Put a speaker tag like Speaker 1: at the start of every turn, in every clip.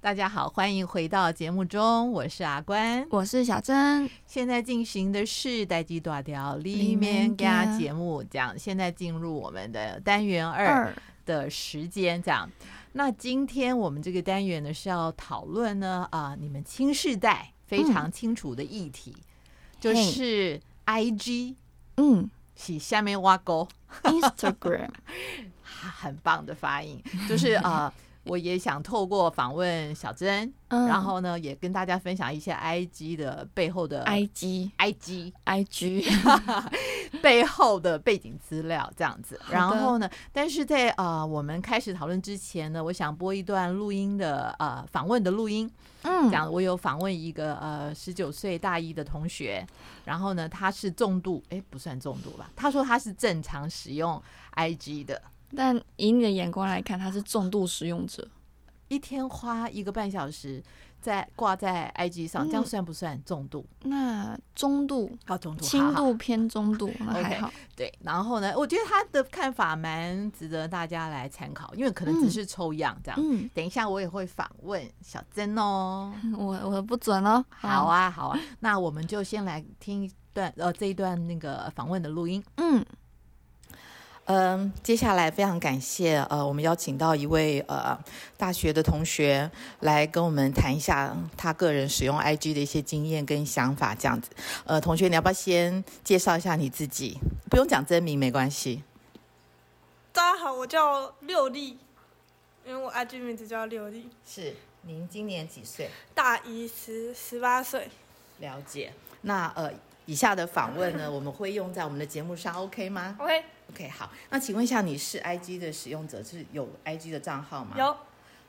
Speaker 1: 大家好，欢迎回到节目中，我是阿关。
Speaker 2: 我是小珍，
Speaker 1: 现在进行的是待机大调里
Speaker 2: 里
Speaker 1: 面
Speaker 2: 面
Speaker 1: 加
Speaker 2: 加
Speaker 1: 节目，这样现在进入我们的单元二
Speaker 2: 二
Speaker 1: 的时间，这样。那今天我们这个单元呢是要讨论呢啊，你们新世代非常清楚的议题，就
Speaker 2: 嘿
Speaker 1: 是 I G
Speaker 2: 嗯
Speaker 1: 是下面挖沟。
Speaker 2: ，Instagram，
Speaker 1: 哈很棒的发音，就是呃，我也想透过访问小珍，
Speaker 2: 嗯
Speaker 1: 然后呢，也跟大家分享一些 IG 的背后
Speaker 2: 呃
Speaker 1: 的
Speaker 2: IG
Speaker 1: IG
Speaker 2: IG，
Speaker 1: 背后的背景资料这样子。
Speaker 2: 好的
Speaker 1: 然后呢，但是在呃我们开始讨论之前呢，我想播一段录音的呃访问的录音，
Speaker 2: 嗯
Speaker 1: 讲我有访问一个呃十九岁大一的同学，然后呢他是重度，哎不算重度吧，他说他是正常使用 IG 的。
Speaker 2: 但以你的眼光来看，他是重度使用者，
Speaker 1: 一天花一个半小时在挂在 IG 上，
Speaker 2: 嗯
Speaker 1: 这样算不算重度？
Speaker 2: 那中度、
Speaker 1: 好，重度，
Speaker 2: 轻
Speaker 1: 好好
Speaker 2: 度偏中度，那还好，
Speaker 1: 对。然后呢，我觉得他的看法蛮值得大家来参考，因为可能只是抽样这样。
Speaker 2: 嗯，
Speaker 1: 等一下我也会访问小珍哦。
Speaker 2: 我嗯我不准哦，
Speaker 1: 好，啊，好啊，那我们就先来听一段呃这一段那个访问的录音。
Speaker 2: 嗯，
Speaker 3: 嗯，接下来非常感谢呃，我们邀请到一位呃大学的同学来跟我们谈一下他个人使用 IG 的一些经验跟想法，这样子。呃，同学，你要不要先介绍一下你自己？不用讲真名没关系。
Speaker 4: 大家好，我叫六力，因为我 IG 名字叫六力。
Speaker 3: 是，您今年几岁？
Speaker 4: 大一十十八岁，
Speaker 3: 了解。那呃，以下的访问呢，我们会用在我们的节目上，OK 吗
Speaker 4: OK，
Speaker 3: ？OK，好。那请问一下，你是 IG 的使用者，是有 IG 的账号吗？
Speaker 4: 有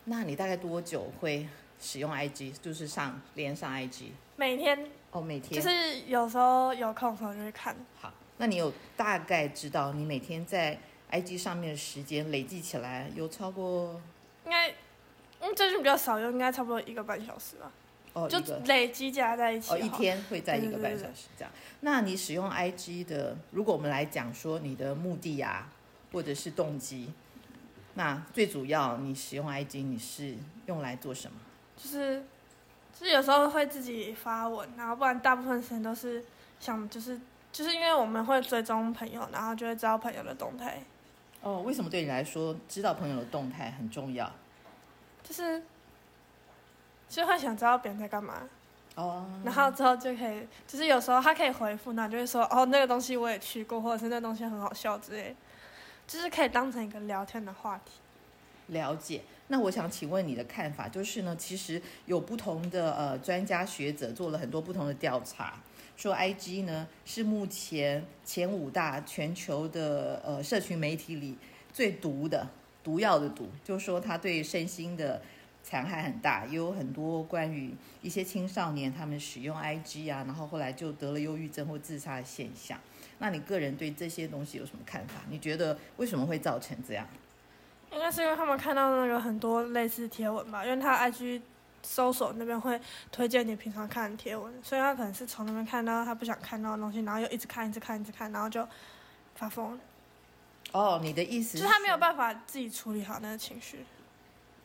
Speaker 3: 那你大概多久会使用 IG？就是上连上 IG
Speaker 4: 每天
Speaker 3: 哦，每天。
Speaker 4: 就是有时候有空的时候就会看，
Speaker 3: 好，那你有大概知道你每天在 IG 上面的时间累计起来有超过
Speaker 4: 应该因为最近比较少用，应该差不多一个半小时吧，
Speaker 3: 哦
Speaker 4: 就
Speaker 3: 一个
Speaker 4: 累积加在一起的
Speaker 3: 哦
Speaker 4: 话。
Speaker 3: 一天会在一
Speaker 4: 对
Speaker 3: 个
Speaker 4: 对
Speaker 3: 半
Speaker 4: 对
Speaker 3: 小
Speaker 4: 对
Speaker 3: 时这样。那你使用 IG 的，如果我们来讲说你的目的啊，或者是动机，那最主要你使用 IG 你是用来做什么？
Speaker 4: 就是就是有时候会自己发文，然后不然大部分时间都是想就是就是因为我们会追踪朋友，然后就会知道朋友的动态，
Speaker 3: 哦，为什么对你来说知道朋友的动态很重要？
Speaker 4: 就是就会想知道别人在干嘛。
Speaker 3: 哦，
Speaker 4: 然后之后就可以，就是有时候他可以回复，那就会说哦，那个东西我也去过，或者是那个东西很好笑之类，就是可以当成一个聊天的话题。
Speaker 3: 了解。那我想请问你的看法，就是呢，其实有不同的呃专家学者做了很多不同的调查，说 IG 呢是目前前五大全球的呃社群媒体里最毒的毒药的毒，就是说它对身心的残害很大，也有很多关于一些青少年他们使用 IG 啊，然后后来就得了忧郁症或自杀的现象。那你个人对这些东西有什么看法？你觉得为什么会造成这样？
Speaker 4: 应该是因为他们看到那个很多类似贴文吧，因为他 IG 搜索那边会推荐你平常看的贴文，所以他可能是从那边看到他不想看到的东西，然后又一直看，一直看，一直看，然后就发疯了，
Speaker 3: 哦，你的意思
Speaker 4: 就是他没有办法自己处理好那个情绪。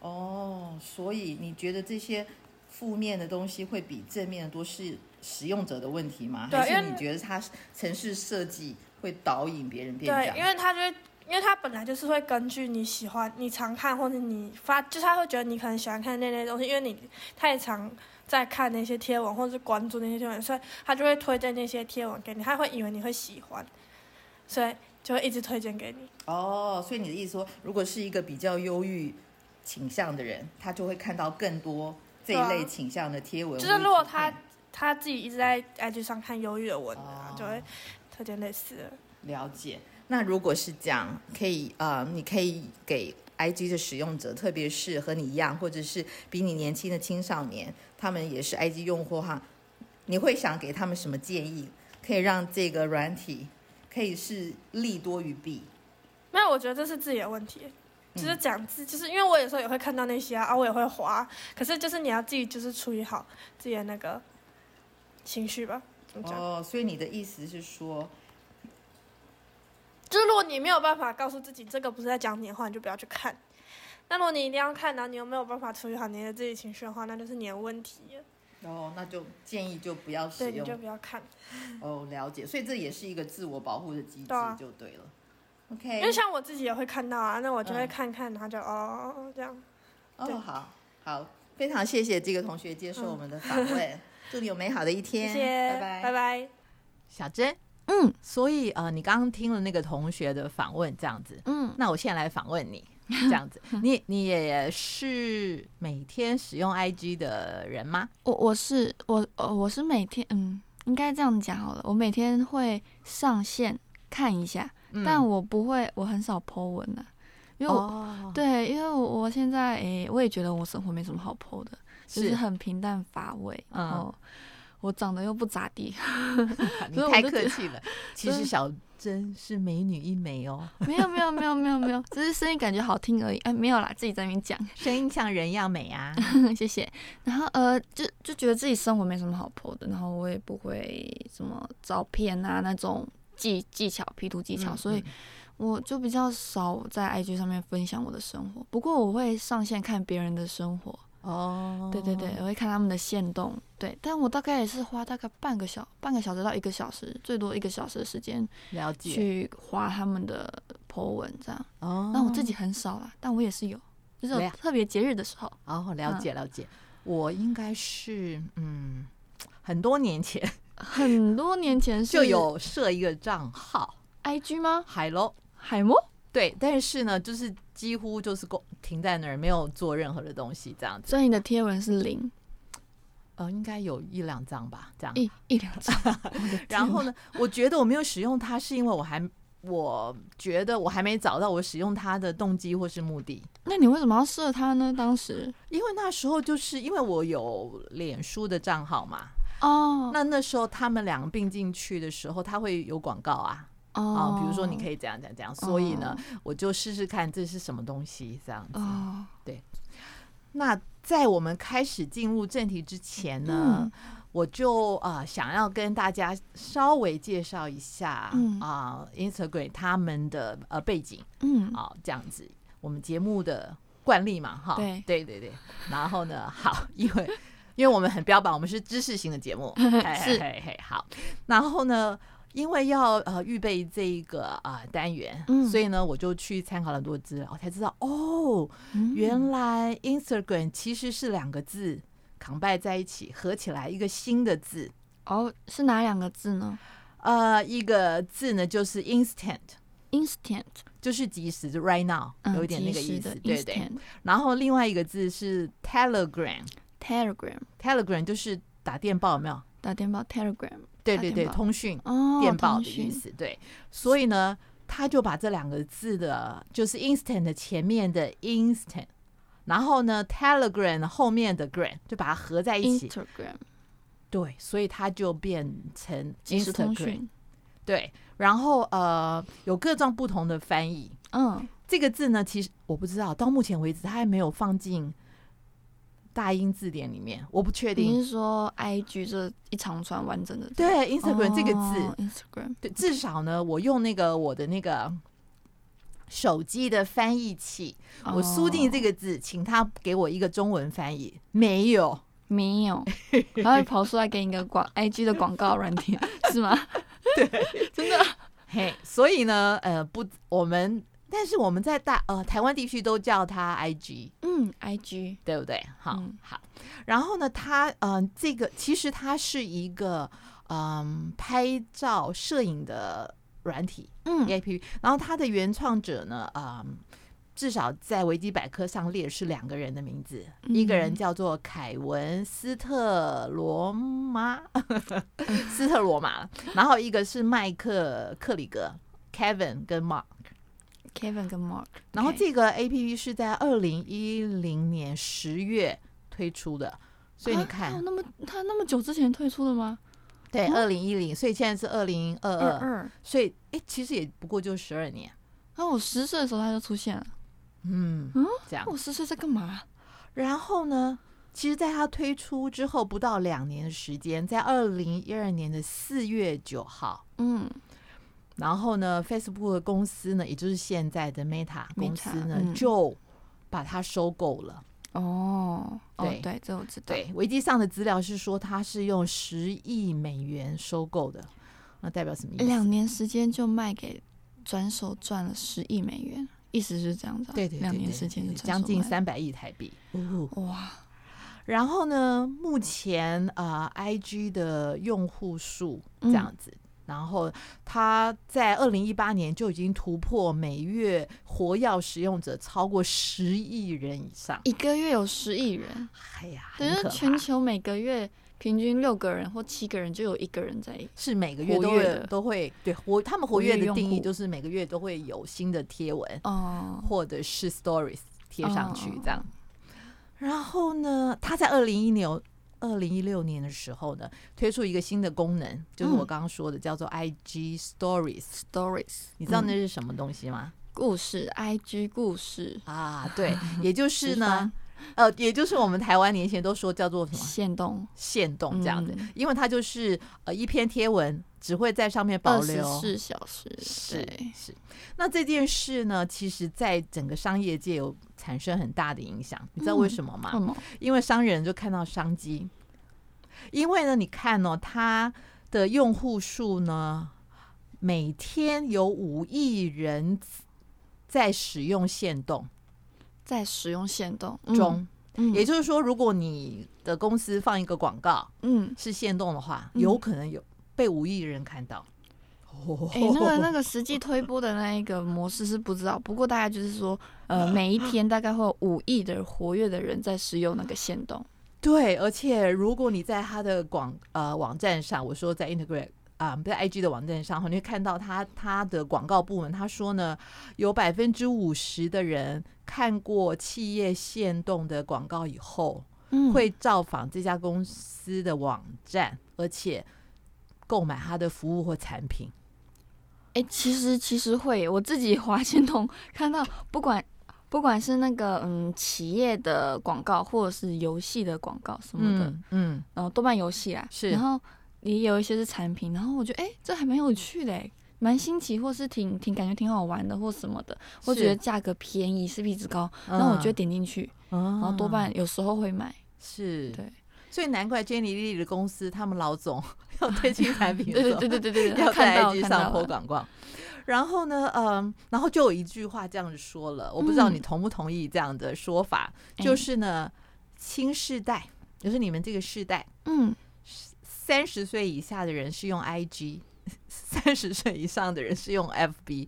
Speaker 3: 哦，所以你觉得这些负面的东西会比正面的多，是使用者的问题吗？
Speaker 4: 对啊
Speaker 3: 还
Speaker 4: 因
Speaker 3: 是
Speaker 4: 为
Speaker 3: 你觉得它城市设计会导引别人变这
Speaker 4: 对
Speaker 3: 样？，
Speaker 4: 因为他就会，因为他本来就是会根据你喜欢、你常看或者你发，就是他会觉得你可能喜欢看那类东西，因为你太常在看那些贴文或者是关注那些贴文，所以他就会推荐那些贴文给你，他会以为你会喜欢，所以就会一直推荐给你。
Speaker 3: 哦，所以你的意思说，如果是一个比较忧郁倾向的人，他就会看到更多这
Speaker 4: 对
Speaker 3: 一
Speaker 4: 啊
Speaker 3: 类倾向的贴文或
Speaker 4: 就
Speaker 3: 者
Speaker 4: 是
Speaker 3: 图片。
Speaker 4: 如果他他自己一直在 IG 上看忧郁的文啊
Speaker 3: 哦，
Speaker 4: 就会推荐类似的。
Speaker 3: 了解。那如果是这样，可以呃，你可以给 IG 的使用者，特别是和你一样，或者是比你年轻的青少年，他们也是 IG 用户哈，你会想给他们什么建议，可以让这个软体可以是利多于弊？
Speaker 4: 没有，我觉得这是自己的问题，
Speaker 3: 嗯
Speaker 4: 就是讲自，就是因为我有时候也会看到那些啊，啊我也会滑，可是就是你要自己就是处理好自己的那个情绪吧。怎么讲？
Speaker 3: 哦，所以你的意思是说，
Speaker 4: 就是如果你没有办法告诉自己这个不是在讲你的话，你就不要去看。那如果你一定要看，然后你又没有办法处理好你的自己情绪的话，那就是你的问题了。
Speaker 3: 然后哦那就建议就不要使
Speaker 4: 对，你就
Speaker 3: 用
Speaker 4: 不要看。
Speaker 3: 哦，了解，所以这也是一个自我保护的机制
Speaker 4: 对啊
Speaker 3: 就对了。
Speaker 4: 因为
Speaker 3: OK，
Speaker 4: 像我自己也会看到啊，那我就会
Speaker 3: 哎嗯
Speaker 4: 看看，然后就哦这样。对
Speaker 3: 哦，好好，非常谢谢这个同学接受我们的访问，
Speaker 1: 嗯
Speaker 3: 祝你有美好的一
Speaker 4: 谢
Speaker 3: 天，
Speaker 4: 谢，
Speaker 3: 拜
Speaker 4: 拜。拜。
Speaker 1: 小珍，
Speaker 2: 嗯
Speaker 1: 所以呃，你刚刚听了那个同学的访问，这样子，
Speaker 2: 嗯，
Speaker 1: 那我现在来访问你， 这样子，你你也是每天使用 IG 的人吗？
Speaker 2: 我我是我呃我是每天嗯，应该这样讲好了，我每天会上线看一下，
Speaker 1: 嗯
Speaker 2: 但我不会，我很少 po 文的、因为我、
Speaker 1: 哦，
Speaker 2: 对，因为我我现在诶、我也觉得我生活没什么好 po 的，就是
Speaker 1: 是
Speaker 2: 很平淡乏味，
Speaker 1: 嗯
Speaker 2: 然后我长得又不咋地，
Speaker 1: 你
Speaker 2: 所以我
Speaker 1: 太
Speaker 2: 就觉
Speaker 1: 客
Speaker 2: 得
Speaker 1: 气了。其实
Speaker 2: 真
Speaker 1: 小珍是美女一枚哦，
Speaker 2: 没有没有没有没有没有，只是声音感觉好听而已，哎、没有啦，自己在那边讲。
Speaker 1: 声音像人样美啊。
Speaker 2: 谢谢。然后呃，就就觉得自己生活没什么好 po 的，然后我也不会什么照片啊那种技技巧 P 图技巧，
Speaker 1: 嗯
Speaker 2: 所以我就比较少在 IG 上面分享我的生活。不过我会上线看别人的生活，
Speaker 1: 哦，
Speaker 2: 对对对，我会看他们的线动，对。但我大概也是花大概半个小半个小时到一个小时，最多一个小时的时间
Speaker 1: 了解。
Speaker 2: 去花他们的 po 文这样。
Speaker 1: 哦，
Speaker 2: 那我自己很少啦，但我也是有，就是
Speaker 1: 对
Speaker 2: 有
Speaker 1: 啊
Speaker 2: 特别节日的时 候，
Speaker 1: 哦，了
Speaker 2: 嗯
Speaker 1: 解了解。我应该是嗯，很多年前
Speaker 2: 很多年前是
Speaker 1: 就有设一个账号，
Speaker 2: IG 吗？
Speaker 1: 海喽。
Speaker 2: 海默？
Speaker 1: 对，但是呢，就是几乎就是公停在那儿，没有做任何的东西，这样子。
Speaker 2: 所以你的贴文是零
Speaker 1: 呃，应该有一两张吧，这样。
Speaker 2: 一一两张，我的天
Speaker 1: 然后
Speaker 2: 哪？
Speaker 1: 呢，我觉得我没有使用它，是因为我还我觉得我还没找到我使用它的动机或是目的。
Speaker 2: 那你为什么要设它呢？当时
Speaker 1: 因为那时候就是因为我有脸书的账号嘛，
Speaker 2: 哦
Speaker 1: 那那时候他们两个并进去的时候，它会有广告啊，
Speaker 2: 哦
Speaker 1: 啊、比如说你可
Speaker 2: 以
Speaker 1: 以怎样怎样怎样，所以呢，我就试试看这是什么东西这样子。
Speaker 2: 哦，
Speaker 1: 那在我们开始进入正题之前呢，
Speaker 2: 嗯
Speaker 1: 我就呃想要跟大家稍微介绍一下啊、
Speaker 2: 嗯
Speaker 1: Instagram 他们的呃背景
Speaker 2: 嗯
Speaker 1: 啊、这样子，我们节目的惯例嘛哈，
Speaker 2: 对
Speaker 1: 对对对然后呢，好，因为 因为我们很标榜我们是知识型的节 目，嘿嘿嘿嘿好，然后呢。因为要呃预备这一个啊、呃单元，
Speaker 2: 嗯
Speaker 1: 所以呢我就去参考了很多资料，我才知道哦，
Speaker 2: 嗯
Speaker 1: 原来 Instagram 其实是两个字扛拜在一起合起来一个新的字，
Speaker 2: 哦是哪两个字呢
Speaker 1: 呃，一个字呢就是 instant，
Speaker 2: ？Instant，
Speaker 1: 就是即时，就 right now，、
Speaker 2: 嗯，
Speaker 1: 有一点那个
Speaker 2: 即时
Speaker 1: 意思
Speaker 2: 的，
Speaker 1: 对对。然后另外一个字是 telegram，telegram
Speaker 2: Instant，Telegram
Speaker 1: 就是打电报，有没有？
Speaker 2: 打电报，Telegram
Speaker 1: 对
Speaker 2: 打
Speaker 1: 对
Speaker 2: 电
Speaker 1: 对，
Speaker 2: 报
Speaker 1: 通讯、
Speaker 2: 哦，
Speaker 1: 电报
Speaker 2: 通
Speaker 1: 的意
Speaker 2: 讯
Speaker 1: 思，对。所以呢，他就把这两个字的，就是 instant 的前面的 instant，然后呢 telegram 后面的 gram 就把它合在一起。
Speaker 2: ，Instagram
Speaker 1: 对，所以它就变成
Speaker 2: 即时通
Speaker 1: Instagram。
Speaker 2: 讯，
Speaker 1: 对，然后呃，有各种不同的翻译。
Speaker 2: 嗯，
Speaker 1: 这个字呢，其实我不知道，到目前为止它还没有放进大英字典里面，我不确
Speaker 2: 你
Speaker 1: 定。
Speaker 2: 是说 IG 这一长串完整的字
Speaker 1: 对，Instagram 这个字，
Speaker 2: 哦，Instagram
Speaker 1: 对，至少呢，我用那个我的那个手机的翻译器，我输进这
Speaker 2: 个
Speaker 1: 个字，请他给我一个中文翻译，没有。
Speaker 2: 没有，然后会跑出来给你一个广 IG 的广告软体是吗？
Speaker 1: 嘿，所以呢，呃，不，我们但是我们在大呃台湾地区都叫它 IG，
Speaker 2: 嗯，IG
Speaker 1: 对不对？好、
Speaker 2: 嗯
Speaker 1: 好，然后呢，它嗯、呃这个其实它是一个嗯、拍照摄影的软体
Speaker 2: 嗯
Speaker 1: APP，然后 E 它的原创者呢，嗯、至少在维基百科上列是两个人的名字，一个人
Speaker 2: 嗯
Speaker 1: 叫做凯文·斯特罗马， 斯特罗马，然后一个是麦克·克里格 （Kevin） 跟 Mark。
Speaker 2: Kevin 跟 Mark，
Speaker 1: 然后
Speaker 2: OK
Speaker 1: 这个 A P P 是在二零一零年十月推出的，所以你
Speaker 2: 啊他有
Speaker 1: 看，
Speaker 2: 那么他那么久之前退出的吗？
Speaker 1: 对，二零一零，所以现在是二零二二，
Speaker 2: 二，
Speaker 1: 所以哎，其实也不过就十二年，
Speaker 2: 然后我十岁的时候他就出现了，
Speaker 1: 嗯
Speaker 2: 嗯，
Speaker 1: 这样
Speaker 2: 那。我十岁在干嘛？
Speaker 1: 然后呢，其实在它推出之后不到两年的时间，在二零一二年的四月九号，
Speaker 2: 嗯
Speaker 1: 然后呢，Facebook 的公司呢，也就是现在的 Meta 公司呢，
Speaker 2: 嗯
Speaker 1: 就把它收购了。
Speaker 2: 哦，哦
Speaker 1: 对，
Speaker 2: 对，这我知道。
Speaker 1: 对，维基上的资料是说它是用十亿美元收购的，那代表什么意思？
Speaker 2: 两年时间就卖给转手赚了十亿美元，意思是这样子、啊。
Speaker 1: 对对对，
Speaker 2: 两
Speaker 1: 对
Speaker 2: 年
Speaker 1: 对
Speaker 2: 时间就
Speaker 1: 对
Speaker 2: 转手
Speaker 1: 将近
Speaker 2: 卖了哦
Speaker 1: 三百亿台币。
Speaker 2: 哇，
Speaker 1: 然后呢，目前呃，IG 的用户数这
Speaker 2: 嗯
Speaker 1: 样子，然后它在二零一八年就已经突破每月活跃使用者超过十亿人以上。
Speaker 2: 一个月有十亿人，
Speaker 1: 哎呀，
Speaker 2: 等
Speaker 1: 很
Speaker 2: 于
Speaker 1: 可
Speaker 2: 全
Speaker 1: 怕。
Speaker 2: 球每个月平均六个人或七个人就有一个人在
Speaker 1: 是每个月都
Speaker 2: 活跃
Speaker 1: 会
Speaker 2: 的
Speaker 1: 都会对活，他们活
Speaker 2: 活
Speaker 1: 跃
Speaker 2: 跃
Speaker 1: 的
Speaker 2: 用
Speaker 1: 定义
Speaker 2: 户
Speaker 1: 就是每个月都会有新的贴文
Speaker 2: 哦，
Speaker 1: 或者是 stories 贴上去
Speaker 2: 哦
Speaker 1: 这样。然后呢，他在二零一六二零一六年的时候呢，推出一个新的功能，就是我
Speaker 2: 嗯
Speaker 1: 刚刚说的，叫做 IG Stories。
Speaker 2: stories，
Speaker 1: 你知道
Speaker 2: 嗯
Speaker 1: 那是什么东西吗？
Speaker 2: 故事 IG 故事
Speaker 1: 啊， 对，也就是
Speaker 2: 吃
Speaker 1: 呢
Speaker 2: 饭，
Speaker 1: 呃，也就是我们台湾年前都说叫做什么
Speaker 2: 限动
Speaker 1: 限动这样子，
Speaker 2: 嗯
Speaker 1: 因为它就是呃一篇贴文只会在上面保
Speaker 2: 二十
Speaker 1: 留
Speaker 2: 四小时，
Speaker 1: 是
Speaker 2: 对
Speaker 1: 是，那这件事呢，其实在整个商业界有产生很大的影响，你知
Speaker 2: 嗯
Speaker 1: 道为什么吗？
Speaker 2: 为什么？
Speaker 1: 因为商人就看到商机，因为呢，你看哦，它的用户数呢，每天有五亿人在使用线动
Speaker 2: 在使用限动
Speaker 1: 中，
Speaker 2: 嗯
Speaker 1: 也就是说，如果你的公司放一个广告
Speaker 2: 嗯，
Speaker 1: 是线动的话，
Speaker 2: 嗯
Speaker 1: 有可能有被五亿人看到。
Speaker 2: 哎、那个那个实际推播的那一个模式是不知道，不过大概就是说，呃，
Speaker 1: 嗯
Speaker 2: 每一天大概会有五亿的活跃的人在使用那个限动，
Speaker 1: 对，而且如果你在他的广呃网站上，我说在 Instagram 啊、在 IG 的网站上，你会看到他他的广告部门，他说呢，有百分之五十的人看过企业限动的广告以后，
Speaker 2: 嗯
Speaker 1: 会造访这家公司的网站，而且购买他的服务或产品。
Speaker 2: 哎、其实其实会耶，我自己滑线动看到，不管不管是那个嗯企业的广告，或者是游戏的广告什么的，
Speaker 1: 嗯嗯，
Speaker 2: 然后多半游戏啦，
Speaker 1: 是
Speaker 2: 然后也有一些是产品，然后我觉得哎、诶这还蛮有趣的、诶蛮新奇，或是挺挺感觉挺好玩的，或什么的。我觉得价格便宜，CP 值高，
Speaker 1: 嗯
Speaker 2: 然后我就会
Speaker 1: 觉得，
Speaker 2: 点进去，
Speaker 1: 然
Speaker 2: 然后多半有时候会买。
Speaker 1: 嗯是
Speaker 2: 对，
Speaker 1: 所以难怪 Jenny Lee 的公司他们老总 要 推新产品的
Speaker 2: 对
Speaker 1: 时
Speaker 2: 对
Speaker 1: 候，
Speaker 2: 对对对 对对，
Speaker 1: 嗯要
Speaker 2: 看
Speaker 1: 在
Speaker 2: 到
Speaker 1: IG
Speaker 2: 看
Speaker 1: 上
Speaker 2: 到
Speaker 1: 播
Speaker 2: 了。
Speaker 1: 广告。然后呢，嗯，然后就有一句话这样子说了，我不知道你
Speaker 2: 嗯
Speaker 1: 同不同意这样的说法，
Speaker 2: 哎
Speaker 1: 就是呢，新世代，就是你们这个世代，
Speaker 2: 嗯，
Speaker 1: 三十岁以下的人是用 IG，三 十岁以上的人是用 FB。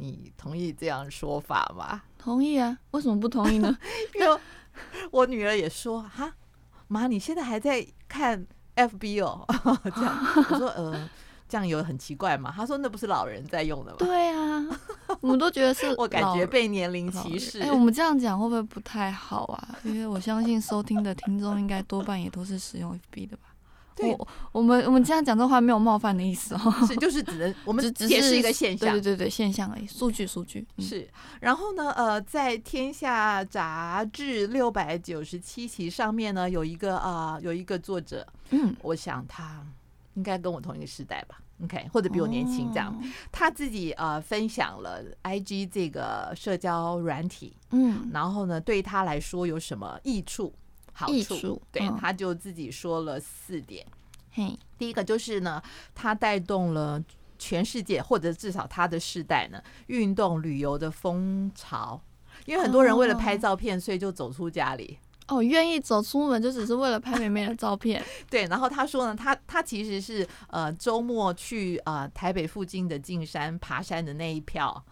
Speaker 1: 你同意这样说法吗？
Speaker 2: 同意啊，为什么不同意呢？
Speaker 1: 因为我女儿也说：“哈，妈，你现在还在看 FB 哦？” 这样我说：“呃，这样有很奇怪吗？”她说：“那不是老人在用的吗？”
Speaker 2: 对啊，我们都觉得是
Speaker 1: 我感
Speaker 2: 老
Speaker 1: 觉
Speaker 2: 人
Speaker 1: 被年龄
Speaker 2: 老
Speaker 1: 歧
Speaker 2: 人
Speaker 1: 视。
Speaker 2: 哎、我们这样讲会不会不太好啊？因为我相信收听的听众应该多半也都是使用 FB 的吧。
Speaker 1: 对
Speaker 2: 我我们我们这样讲这话没有冒犯的意思哦，
Speaker 1: 是就是只能我们
Speaker 2: 只只
Speaker 1: 解释
Speaker 2: 是
Speaker 1: 一个现
Speaker 2: 对
Speaker 1: 象
Speaker 2: 对。对对，现象而已。数据数据、嗯、
Speaker 1: 是，然后呢，呃，在《天下》杂志六百九十七期上面呢，有一个啊、呃有一个作者，
Speaker 2: 嗯，
Speaker 1: 我想他应该跟我同一个时代吧，OK，或者比我年轻这样。
Speaker 2: 哦
Speaker 1: 他自己呃分享了 IG 这个社交软体，
Speaker 2: 嗯，
Speaker 1: 然后呢，对他来说有什么益处、好
Speaker 2: 益
Speaker 1: 处？
Speaker 2: 处
Speaker 1: 对，
Speaker 2: 嗯
Speaker 1: 他就自己说了四点。
Speaker 2: 嘿，
Speaker 1: 第一个就是呢，它带动了全世界，或者至少它的世代呢，运动旅游的风潮。因为很多人为了拍照片，所以就走出家里。
Speaker 2: 哦，愿意走出门就只是为了拍美美的照 片，
Speaker 1: 对，然后他说呢，他他其实是呃周末去呃台北附近的进山爬山的那一票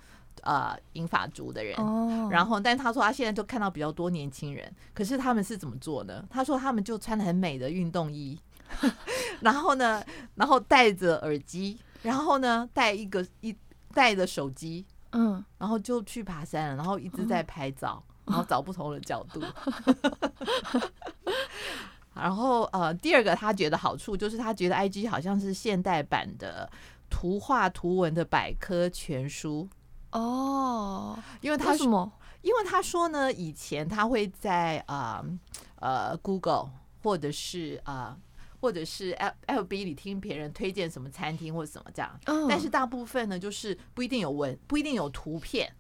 Speaker 1: 呃银发族的人。
Speaker 2: 哦，
Speaker 1: 然
Speaker 2: 后
Speaker 1: 后，但他说他现在就看到比较多年轻人，可是他们是怎么做呢？他说他们就穿得很美的运动衣， 然后呢，然后戴着耳机，然后呢，带一个一带着手机，
Speaker 2: 嗯，
Speaker 1: 然后就去爬山了，然后一直在拍照，然后找不同的角度。然后呃，第二个他觉得好处就是他觉得 IG 好像是现代版的图画图文的百科全书，
Speaker 2: 哦，
Speaker 1: 因为他
Speaker 2: 为
Speaker 1: 说
Speaker 2: 什么？
Speaker 1: 因为他说呢，以前他会在啊呃 Google 或者是啊、或者是 L L B 里听别人推荐什么餐厅或者什么这样，
Speaker 2: 嗯，
Speaker 1: 但是大部分呢就是不一定有文，不一定有图片，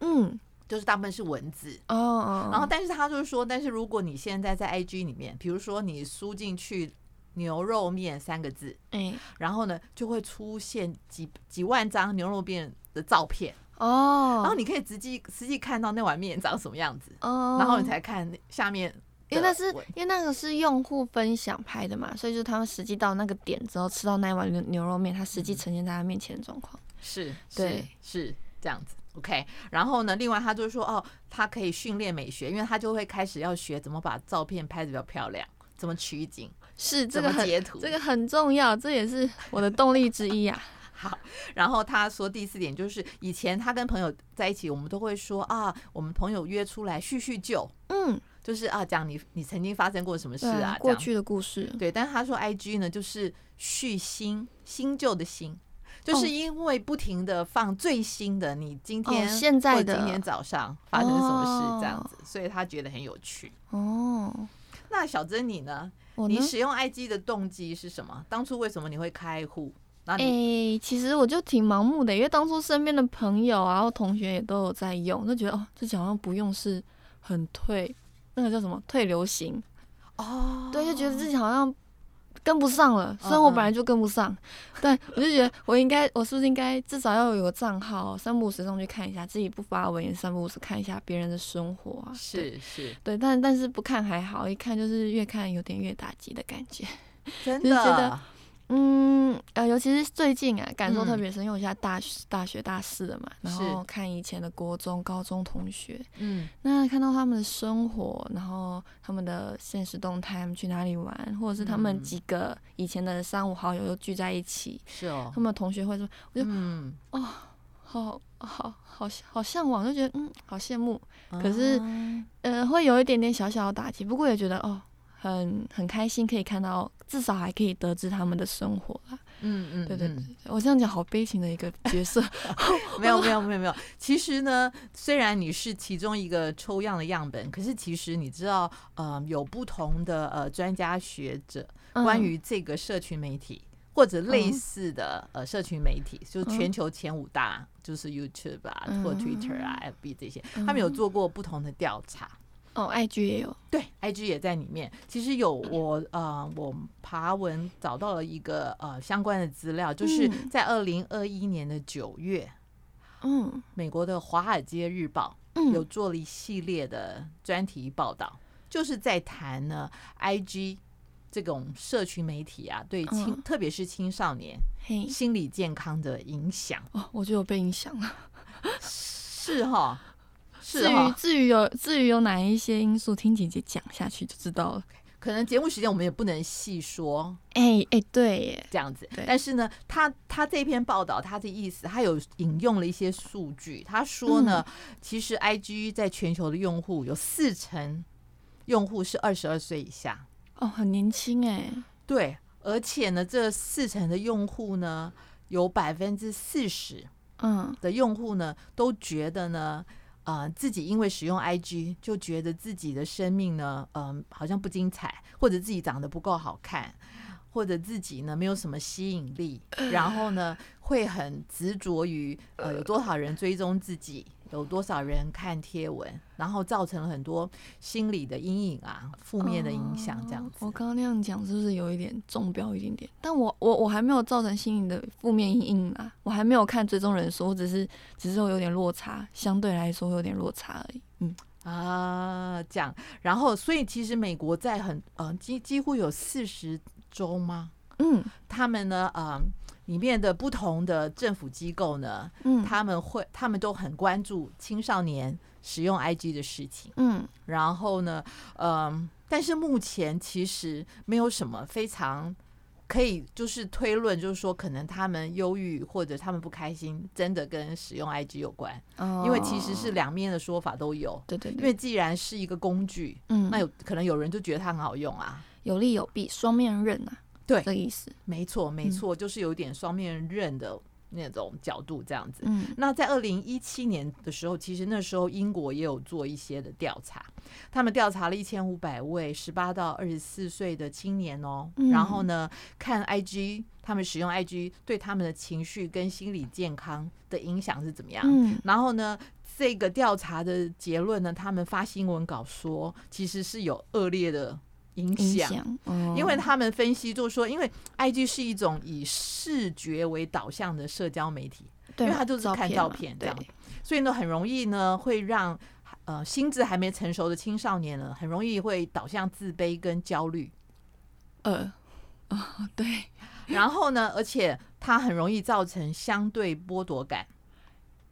Speaker 2: 嗯，
Speaker 1: 就是大部分是文字。
Speaker 2: 哦哦，
Speaker 1: 然后，但是他就是说，但是如果你现在在 IG 里面，比如说你输进去“牛肉面”三个字，
Speaker 2: 哎，
Speaker 1: 然后呢就会出现几几万张牛肉面的照片，
Speaker 2: 哦，
Speaker 1: 然后你可以实际实际看到那碗面长什么样子，
Speaker 2: 哦，
Speaker 1: 然后你才看下面的文。
Speaker 2: 因为那是因为那个是用户分享拍的嘛，所以就是他们实际到那个点之后吃到那一碗牛牛肉面，它实际呈现在他面前的状况。
Speaker 1: 是，是
Speaker 2: 对
Speaker 1: 是这样子。OK，然后呢，另外他就是说，哦，他可以训练美学，因为他就会开始要学怎么把照片拍的比较漂亮，怎么取景，
Speaker 2: 是这
Speaker 1: 怎
Speaker 2: 个
Speaker 1: 么
Speaker 2: 很
Speaker 1: 截图，
Speaker 2: 这个很重要，这也是我的动力之一 啊。
Speaker 1: 好，然后他说第四点就是，以前他跟朋友在一起，我们都会说啊，我们朋友约出来叙叙旧，
Speaker 2: 嗯，
Speaker 1: 就是啊讲你你曾经发生过什么事
Speaker 2: 对
Speaker 1: 啊，
Speaker 2: 过
Speaker 1: 这样
Speaker 2: 去的故事。
Speaker 1: 对。但是他说 I G 呢，就是续新新旧的新，就是
Speaker 2: 哦
Speaker 1: 因为不停的放最新的你今
Speaker 2: 哦，
Speaker 1: 天、
Speaker 2: 现在
Speaker 1: 或者今
Speaker 2: 的
Speaker 1: 天早上发生什么事这样
Speaker 2: 哦
Speaker 1: 子，所以他觉得很有趣。
Speaker 2: 哦，
Speaker 1: 那小珍你呢？
Speaker 2: 我呢
Speaker 1: 你？使用 IG 的动机是什么？当初为什么你会开户？那
Speaker 2: 哎、
Speaker 1: 啊你、
Speaker 2: 其实我就挺盲目的，因为当初身边的朋友啊，然后同学也都有在用，就觉得哦，自己好像不用是很退，那个叫什么退流行，
Speaker 1: 哦，
Speaker 2: 对，就觉得自己好像跟不上了。虽然
Speaker 1: 嗯
Speaker 2: 我
Speaker 1: 嗯
Speaker 2: 本来就跟不上，但我就觉得我应该，我是不是应该至少要有个账号，三不五时上去看一下，自己不发文也三不五时看一下别人的生活啊。对
Speaker 1: 是是，
Speaker 2: 对，但但是不看还好，一看就是越看有点越打击的感觉。
Speaker 1: 真
Speaker 2: 就是觉得
Speaker 1: 的。
Speaker 2: 嗯，呃，尤其是最近啊，感受特
Speaker 1: 嗯
Speaker 2: 别深，因为我现在大学大学大四了嘛，然
Speaker 1: 是
Speaker 2: 后看以前的国中、高中同学，
Speaker 1: 嗯，
Speaker 2: 那看到他们的生活，然后他们的现实动态，他们去哪里玩，或者是他们
Speaker 1: 嗯
Speaker 2: 几个以前的三五好友又聚在一起，
Speaker 1: 是哦
Speaker 2: 他，们同学会说，就
Speaker 1: 嗯，
Speaker 2: 好好好好向往，就觉得嗯，好羡慕，可
Speaker 1: 啊
Speaker 2: 是呃，会有一点点小小的打击，不过也觉得哦，很很开心，可以看到，至少还可以得知他们的生活啦。
Speaker 1: 嗯嗯，
Speaker 2: 对对对
Speaker 1: 嗯，
Speaker 2: 我这样讲好悲情的一个角色，
Speaker 1: 没有没有没有没有。其实呢，虽然你是其中一个抽样的样本，可是其实你知道，呃，有不同的呃专家学者关
Speaker 2: 嗯
Speaker 1: 于这个社群媒体。或者类
Speaker 2: 嗯
Speaker 1: 似的呃社群媒体，就
Speaker 2: 嗯
Speaker 1: 全球前五大，就是 YouTube 啊、或 Twitter 啊、FB 这些，他们
Speaker 2: 嗯
Speaker 1: 有做过不同的调查。
Speaker 2: 哦，IG 也有，
Speaker 1: 对，IG 也在里面。其实有我呃，我爬文找到了一个呃相关的资料，就是
Speaker 2: 嗯
Speaker 1: 在二零二一年的九月，
Speaker 2: 嗯
Speaker 1: 美国的《华尔街日报》
Speaker 2: 嗯，
Speaker 1: 有做了一系列的专题报道，就是在谈呢 IG 这种社群媒体啊，对青、
Speaker 2: 嗯
Speaker 1: 特别是青少年
Speaker 2: 嘿，
Speaker 1: 心理健康的影响。
Speaker 2: 哦，我就有被影响了。
Speaker 1: 是哈，是哦
Speaker 2: 至于
Speaker 1: 哈。
Speaker 2: 至于有至于有哪一些因素，听姐姐讲下去就知道了。
Speaker 1: 可能节目时间我们也不能细说，
Speaker 2: 哎哎，对耶，
Speaker 1: 这样子
Speaker 2: 对。
Speaker 1: 但是呢，他他这篇报道他的意思，他有引用了一些数据。他说呢，
Speaker 2: 嗯
Speaker 1: 其实 IG 在全球的用户有四成用户是二十二岁以下，
Speaker 2: 哦，很年轻哎，
Speaker 1: 对，而且呢，这四成的用户呢，有百分之四十
Speaker 2: 嗯，
Speaker 1: 的用户呢，都觉得呢。呃，自己因为使用 IG 就觉得自己的生命呢，嗯、好像不精彩，或者自己长得不够好看，或者自己呢没有什么吸引 力，然后呢会很执着于呃有多少人追踪自己，有多少人看贴文，然后造成了很多心理的阴影啊，负面的影响这样
Speaker 2: 哦
Speaker 1: 子。
Speaker 2: 我刚刚那样讲是不是有一点中标一点点？但我我我还没有造成心灵的负面阴影啊，我还没有看追踪人数，我只是只是我有点落差，相对来说会有点落差而已。嗯，
Speaker 1: 啊，这样，然后所以其实美国在很呃几几乎有四十州吗？
Speaker 2: 嗯
Speaker 1: 他们呢，呃，里面的不同的政府机构呢，
Speaker 2: 嗯，
Speaker 1: 他们会他们都很关注青少年使用 IG 的事情。
Speaker 2: 嗯
Speaker 1: 然后呢，嗯、但是目前其实没有什么非常可以就是推论，就是说可能他们忧郁或者他们不开心，真的跟使用 IG 有关，
Speaker 2: 哦
Speaker 1: 因为其实是两面的说法都有。
Speaker 2: 对对
Speaker 1: 嗯因
Speaker 2: 对，
Speaker 1: 为既然是一个工具，
Speaker 2: 嗯
Speaker 1: 那有可能有人就觉得它很好用啊。
Speaker 2: 有利有弊，双面刃啊，
Speaker 1: 对
Speaker 2: 这个意思。
Speaker 1: 没错，没错，就是有点双面刃的那种角度这样子。
Speaker 2: 嗯
Speaker 1: 那在二零一七年的时候，其实那时候英国也有做一些的调查，他们调查了一千五百位十八到二十四岁的青年哦，
Speaker 2: 嗯
Speaker 1: 然后呢，看 IG 他们使用 IG 对他们的情绪跟心理健康的影响是怎么样。
Speaker 2: 嗯
Speaker 1: 然后呢，这个调查的结论呢，他们发新闻稿说，其实是有恶劣的影
Speaker 2: 影
Speaker 1: 响。
Speaker 2: 响，哦
Speaker 1: 因为他们分析就说，因为 I G 是一种以视觉为导向的社交媒体，
Speaker 2: 对
Speaker 1: 因为
Speaker 2: 嘛
Speaker 1: 他就是看
Speaker 2: 片
Speaker 1: 照
Speaker 2: 嘛
Speaker 1: 片这
Speaker 2: 对
Speaker 1: 样，所以呢，很容易呢会让呃心智还没成熟的青少年呢，很容易会导向自卑跟焦虑。
Speaker 2: 呃 哦对，
Speaker 1: 然后呢，而且它很容易造成相对剥夺感。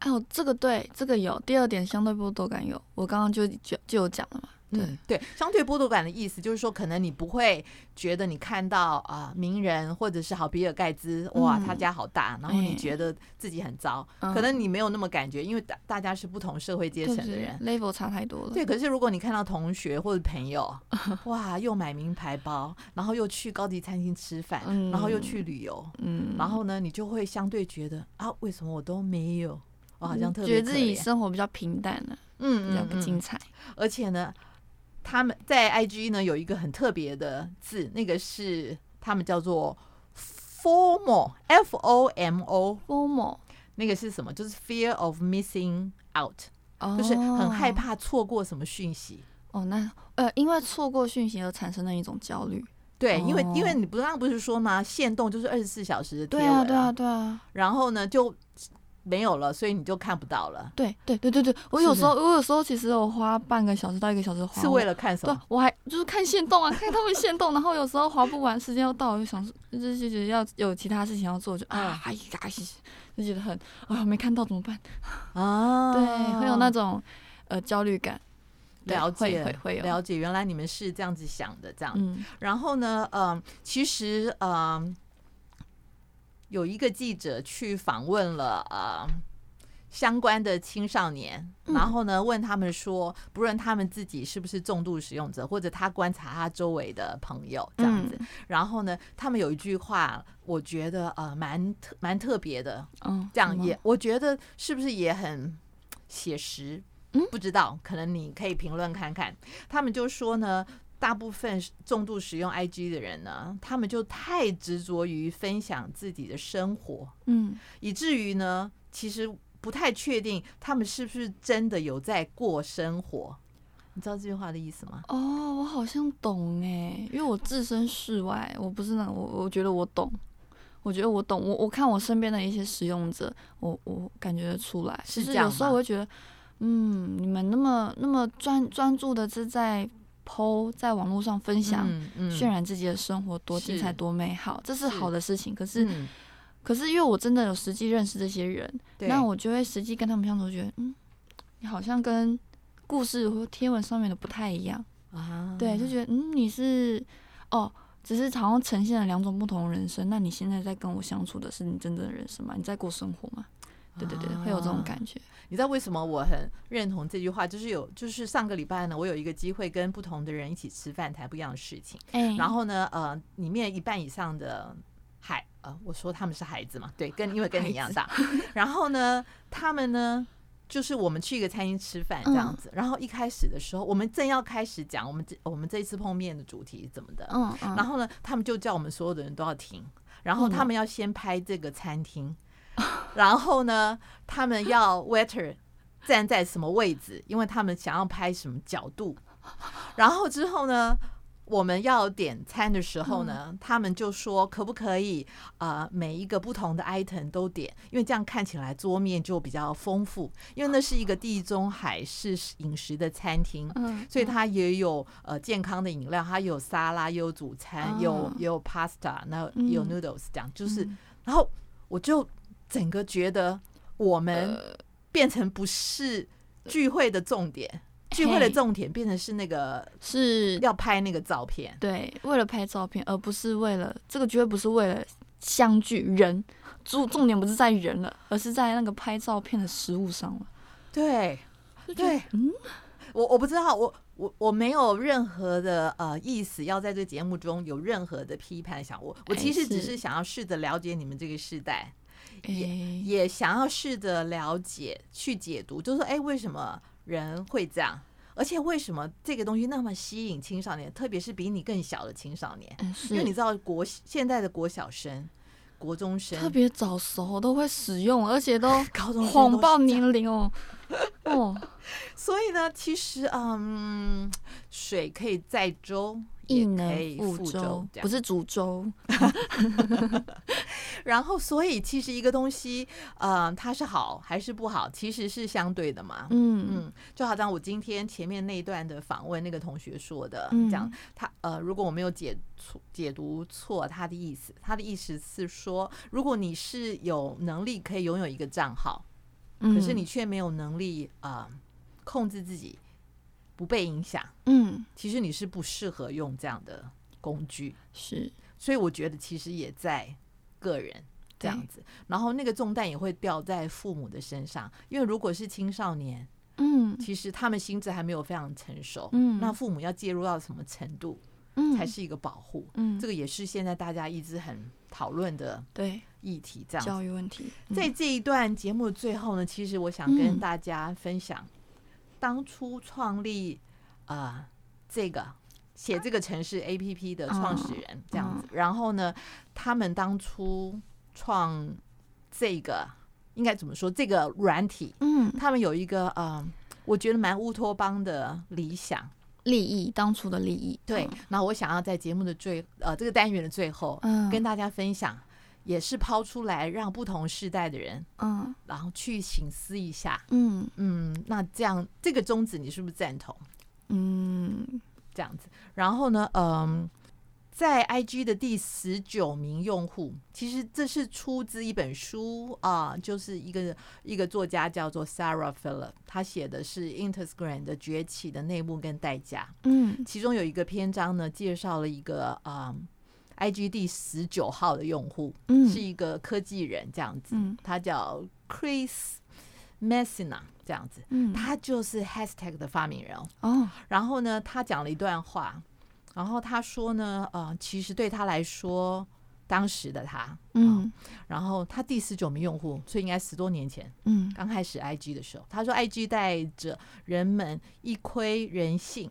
Speaker 2: 哦这个对这个有第二点相对剥夺感有，我刚刚就就就有讲了嘛，对，
Speaker 1: 嗯，对，相对剥夺感的意思就是说，可能你不会觉得你看到啊、名人或者是好比尔盖茨，哇，
Speaker 2: 嗯
Speaker 1: 他家好大，然后你
Speaker 2: 哎
Speaker 1: 觉得自己很糟，
Speaker 2: 嗯
Speaker 1: 可能你没有那么感觉，因为大大家是不同社会阶层
Speaker 2: 对
Speaker 1: 的
Speaker 2: 对
Speaker 1: 人。
Speaker 2: level 差太多了，
Speaker 1: 对，可是如果你看到同学或者 朋友，哇，又买名牌包，然后又去高级餐厅吃饭，然后又去旅游，
Speaker 2: 嗯，
Speaker 1: 然后呢，你就会相对觉得啊，为什么我都没有？我好像
Speaker 2: 嗯
Speaker 1: 特
Speaker 2: 觉
Speaker 1: 别
Speaker 2: 得
Speaker 1: 可
Speaker 2: 自己
Speaker 1: 怜，
Speaker 2: 生活比较平淡了、比
Speaker 1: 嗯
Speaker 2: 较不
Speaker 1: 嗯嗯
Speaker 2: 精彩，
Speaker 1: 而且呢，他们在 IG 呢有一个很特别的字，那个是他们叫做 FOMO，F O M O，
Speaker 2: FOMO，
Speaker 1: 那个是什么？就是 Fear of Missing Out，、
Speaker 2: 哦
Speaker 1: 就是很害怕错过什么讯息。
Speaker 2: 哦。那呃，因为错过讯息而产生的一种焦虑。
Speaker 1: 对，因为、
Speaker 2: 哦
Speaker 1: 因为你不刚刚不是说吗？限动就是二十四小时的贴
Speaker 2: 对
Speaker 1: 文、
Speaker 2: 啊，对啊，，对啊，
Speaker 1: 然后呢就没有了，所以你就看不到了，
Speaker 2: 对对对对对。我
Speaker 1: 是
Speaker 2: 有
Speaker 1: 的
Speaker 2: 时候，我有时候其实我花半个小时到一个小时滑，
Speaker 1: 是为
Speaker 2: 了
Speaker 1: 了看什
Speaker 2: 哦对啊
Speaker 1: 么？，
Speaker 2: 我还就是看线动啊，看他们线动，然后有时候滑不完，时间要到，我就想说，就是就觉得要有其他事情要做，就啊，
Speaker 1: 嗯
Speaker 2: 哎呀，就觉得很啊，没看到怎么办？
Speaker 1: 啊，
Speaker 2: 对，会有那种呃焦虑感。对
Speaker 1: 了解，
Speaker 2: 会会会有
Speaker 1: 了解，原来你们是这样子想的，这样子
Speaker 2: 嗯
Speaker 1: 然后呢，嗯，其实嗯，有一个记者去访问了呃、相关的青少年，
Speaker 2: 嗯
Speaker 1: 然后呢问他们说，不论他们自己是不是重度使用者，或者他观察他周围的朋友这样子，
Speaker 2: 嗯
Speaker 1: 然后呢，他们有一句话，我觉得呃蛮特蛮特别的，
Speaker 2: 嗯，
Speaker 1: 这样
Speaker 2: 什么
Speaker 1: 也我觉得是不是也很写实？
Speaker 2: 嗯
Speaker 1: 不知道，可能你可以评论看看。他们就说呢，大部分重度使用 IG 的人呢，他们就太执着于分享自己的生活，
Speaker 2: 嗯
Speaker 1: 以至于呢，其实不太确定他们是不是真的有在过生活。你知道这句话的意思吗？
Speaker 2: 哦，我好像懂哎，因为我置身事外，我不是那我我觉得我懂，我觉得我懂，我我看我身边的一些使用者，我我感觉得出来，
Speaker 1: 是
Speaker 2: 就
Speaker 1: 这
Speaker 2: 是
Speaker 1: 样
Speaker 2: 有时候
Speaker 1: 吗
Speaker 2: 我会觉得，嗯，你们那么那么专专注的是在剖在网络上分享。
Speaker 1: 嗯嗯
Speaker 2: 渲染自己的生活多精彩
Speaker 1: 是
Speaker 2: 多美好，这是
Speaker 1: 是
Speaker 2: 好的事情。可是，
Speaker 1: 嗯
Speaker 2: 可是因为我真的有实际认识这些人，
Speaker 1: 对
Speaker 2: 那我就会实际跟他们相处，觉得嗯，你好像跟故事或贴文上面的不太一样。
Speaker 1: 啊，
Speaker 2: 对，就觉得嗯，你是哦，只是好像呈现了两种不同的人生。那你现在在跟我相处的是你真正的人生吗？你在过生活吗？对对对，会有这种
Speaker 1: 觉。
Speaker 2: 感觉。
Speaker 1: 你知道为什么我很认同这句话？就是有，就是上个礼拜呢，我有一个机会跟不同的人一起吃饭，谈不一样的事情。
Speaker 2: 哎、
Speaker 1: 然后呢，呃，里面一半以上的孩，呃，我说他们是孩子嘛，对，跟因为跟你一样大。然后呢，他们呢，就是我们去一个餐厅吃饭这样子。然后一开始的时候，我们正要开始讲我们这我们这一次碰面的主题怎么的，
Speaker 2: 嗯嗯，
Speaker 1: 然后呢，他们就叫我们所有的人都要停，然后
Speaker 2: 嗯
Speaker 1: 他们要先拍这个餐 厅，然后呢，他们要 waiter 站在什么位置，因为他们想要拍什么角度，然后之后呢。我们要点餐的时候
Speaker 2: 嗯
Speaker 1: 呢，他们就说可不可以呃每一个不同的 item 都点，因为这样看起来桌面就比较丰富，因为那是一个地中海式饮食的餐厅，
Speaker 2: 嗯，
Speaker 1: 所以它也有呃健康的饮料，它有沙拉，也有主餐，也有
Speaker 2: 啊
Speaker 1: 也有 pasta，那
Speaker 2: 嗯
Speaker 1: 也有 noodles，这样就是
Speaker 2: 嗯，
Speaker 1: 然后我就整个觉得我们
Speaker 2: 呃
Speaker 1: 变成不是聚会的重点，聚会的
Speaker 2: 嘿
Speaker 1: 重点变成是那个
Speaker 2: 是
Speaker 1: 要拍那个照片，
Speaker 2: 对，为了拍照片，而不是为了这个，绝对不是为了相聚人，重重点不是在人了，而是在那个拍照片的食物上了。
Speaker 1: 对
Speaker 2: 就觉得
Speaker 1: 对，
Speaker 2: 嗯，
Speaker 1: 我我不知道，我我我没有任何的呃意思要在这节目中有任何的批判想我我
Speaker 2: 哎
Speaker 1: 其实只
Speaker 2: 是
Speaker 1: 是想要试着了解你们这个时代，
Speaker 2: 诶
Speaker 1: 也想要试着了解、去解读，就是说，哎，为什么人会这样？而且为什么这个东西那么吸引青少年，特别是比你更小的青少年？
Speaker 2: 嗯
Speaker 1: 因为你
Speaker 2: 是
Speaker 1: 知道国现在的国小生、国中生，
Speaker 2: 特别早熟，都会使用，而且都
Speaker 1: 高 中生都
Speaker 2: 谎
Speaker 1: 是
Speaker 2: 报
Speaker 1: 这样
Speaker 2: 年龄 哦。哦，
Speaker 1: 所以呢，其实嗯，水可以载舟，
Speaker 2: 一
Speaker 1: 也可
Speaker 2: 能
Speaker 1: 以
Speaker 2: 覆
Speaker 1: 舟
Speaker 2: 舟，，
Speaker 1: 这样
Speaker 2: 不是煮粥。
Speaker 1: 然后，所以其实一个东西，呃，它是好还是不好，其实是相对的嘛。
Speaker 2: 嗯
Speaker 1: 嗯，就好像我今天前面那一段的访问那个同学说的，
Speaker 2: 嗯
Speaker 1: 这样他呃，如果我没有解错解读错他的意思，他的意思是说，如果你是有能力可以拥有一个账号，
Speaker 2: 嗯，
Speaker 1: 可是你却没有能力啊、呃控制自己不被影响，
Speaker 2: 嗯
Speaker 1: 其实你是不适合用这样的工具。
Speaker 2: 是
Speaker 1: 所以我觉得其实也在个人这样子，然后那个重担也会掉在父母的身上，因为如果是青少年，
Speaker 2: 嗯
Speaker 1: 其实他们心智还没有非常成熟，
Speaker 2: 嗯
Speaker 1: 那父母要介入到什么程度
Speaker 2: 嗯
Speaker 1: 才是一个保护，
Speaker 2: 嗯
Speaker 1: 这个也是现在大家一直很讨论的
Speaker 2: 对
Speaker 1: 议题，这样子
Speaker 2: 教育问题。嗯
Speaker 1: 在这一段节目的最后呢，其实我想
Speaker 2: 嗯
Speaker 1: 跟大家分享，当初创立呃这个写这个城市 A P P 的
Speaker 2: 哦
Speaker 1: 创始人这样子，然后呢，他们当初创这个应该怎么说？这个软体，
Speaker 2: 嗯
Speaker 1: 他们有一个呃，我觉得蛮乌托邦的理想。
Speaker 2: 利益当初的利益。
Speaker 1: 对，那我想要在节目的最呃这个单元的最后，
Speaker 2: 嗯，
Speaker 1: 跟大家分享，也是抛出来让不同世代的人
Speaker 2: 嗯
Speaker 1: 然后去醒思一下。
Speaker 2: 嗯
Speaker 1: 嗯，那这样这个宗旨你是不是赞同？
Speaker 2: 嗯
Speaker 1: 这样子，然后呢，嗯，在 IG 的第十九名用户，其实这是出自一本书啊、就是一个一个作家叫做 Sarah Philip，他写的是 Instagram 的崛起的内幕跟代价。
Speaker 2: 嗯
Speaker 1: 其中有一个篇章呢，介绍了一个嗯 IG 第十九号的用户，
Speaker 2: 嗯
Speaker 1: 是一个科技人这样子，
Speaker 2: 嗯
Speaker 1: 他叫 Chris Messina 这样子，
Speaker 2: 嗯，
Speaker 1: 他就是 Hashtag 的发明人哦。
Speaker 2: 哦
Speaker 1: 然后呢，他讲了一段话，然后他说呢，呃，其实对他来说，当时的他，
Speaker 2: 嗯
Speaker 1: 然后他第十九名用户，所以应该十多年前，
Speaker 2: 嗯
Speaker 1: 刚开始 IG 的时候，他说 IG 带着人们一窥人性，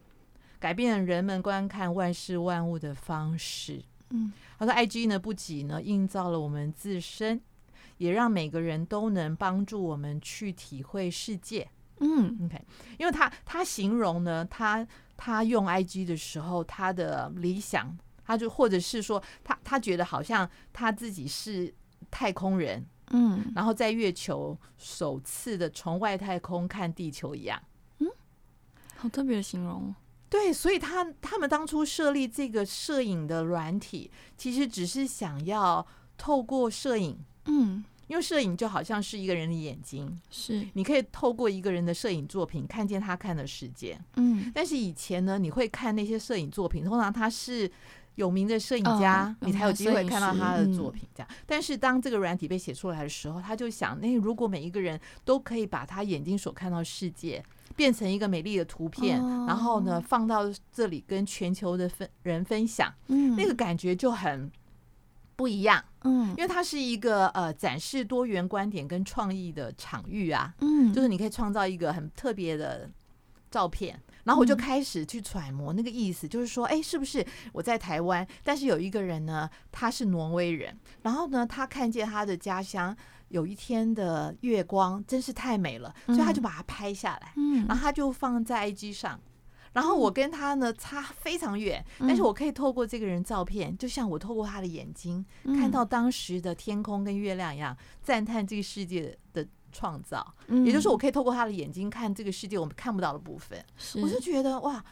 Speaker 1: 改变人们观看万事万物的方式。
Speaker 2: 嗯，
Speaker 1: 他说 IG 呢不仅呢映照了我们自身，也让每个人都能帮助我们去体会世界。
Speaker 2: 嗯
Speaker 1: OK，因为他他形容呢，他他用 IG 的时候，他的理想，他就或者是说他他觉得好像他自己是太空人，
Speaker 2: 嗯
Speaker 1: 然后在月球首次的从外太空看地球一样。
Speaker 2: 好特别的形容哦。
Speaker 1: 对，所以他他们当初设立这个摄影的软体，其实只是想要透过摄影，
Speaker 2: 嗯，
Speaker 1: 因为摄影就好像是一个人的眼睛，
Speaker 2: 是
Speaker 1: 你可以透过一个人的摄影作品看见他看的世界。
Speaker 2: 嗯
Speaker 1: 但是以前呢，你会看那些摄影作品，通常他是有名的摄影家，
Speaker 2: 嗯
Speaker 1: 你才有机会看到他
Speaker 2: 有名的
Speaker 1: 的
Speaker 2: 摄影师嗯
Speaker 1: 作品。这样，但是当这个软体被写出来的时候，他就想，那如果每一个人都可以把他眼睛所看到的世界变成一个美丽的图片，
Speaker 2: 哦
Speaker 1: 然后呢放到这里跟全球的分人分享，
Speaker 2: 嗯
Speaker 1: 那个感觉就很。不一样，
Speaker 2: 嗯
Speaker 1: 因为它是一个呃展示多元观点跟创意的场域啊。
Speaker 2: 嗯
Speaker 1: 就是你可以创造一个很特别的照片。然后我就
Speaker 2: 嗯
Speaker 1: 开始去揣摩那个意思，就是说，哎，是不是我在台湾，但是有一个人呢，他是挪威人，然后呢，他看见他的家乡有一天的月光真是太美了，所以他
Speaker 2: 嗯
Speaker 1: 就把它拍下来，
Speaker 2: 嗯
Speaker 1: 然后他就放在 IG 上。然后我跟他呢差非常远，但是
Speaker 2: 嗯
Speaker 1: 我可以透过这个人照片，就像我透过他的眼睛
Speaker 2: 嗯
Speaker 1: 看到当时的天空跟月亮一样，赞叹这个世界的创造。
Speaker 2: 嗯，
Speaker 1: 也就是我可以透过他的眼睛看这个世界我们看不到的部分。
Speaker 2: 是
Speaker 1: 我就觉得哇，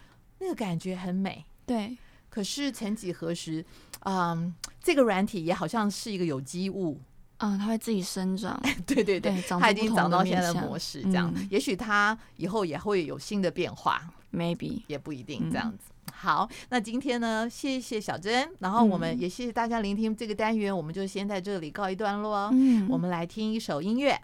Speaker 1: 那个感觉很美。
Speaker 2: 对
Speaker 1: 可是曾几何时，嗯，这个软体也好像是一个有机物，
Speaker 2: 啊，它会自己生长，
Speaker 1: 对对对，
Speaker 2: 对，长
Speaker 1: 它已
Speaker 2: 出不
Speaker 1: 经
Speaker 2: 同
Speaker 1: 找
Speaker 2: 的
Speaker 1: 到现
Speaker 2: 面
Speaker 1: 在的
Speaker 2: 相
Speaker 1: 模式，这样，
Speaker 2: 嗯
Speaker 1: 也许它以后也会有新的变化，
Speaker 2: maybe
Speaker 1: 也不一定
Speaker 2: 嗯
Speaker 1: 这样子。好，那今天呢，谢谢小珍，然后我们
Speaker 2: 嗯
Speaker 1: 也谢谢大家聆听这个单元，我们就先在这里告一段落哦。
Speaker 2: 嗯
Speaker 1: 我们来听一首音乐，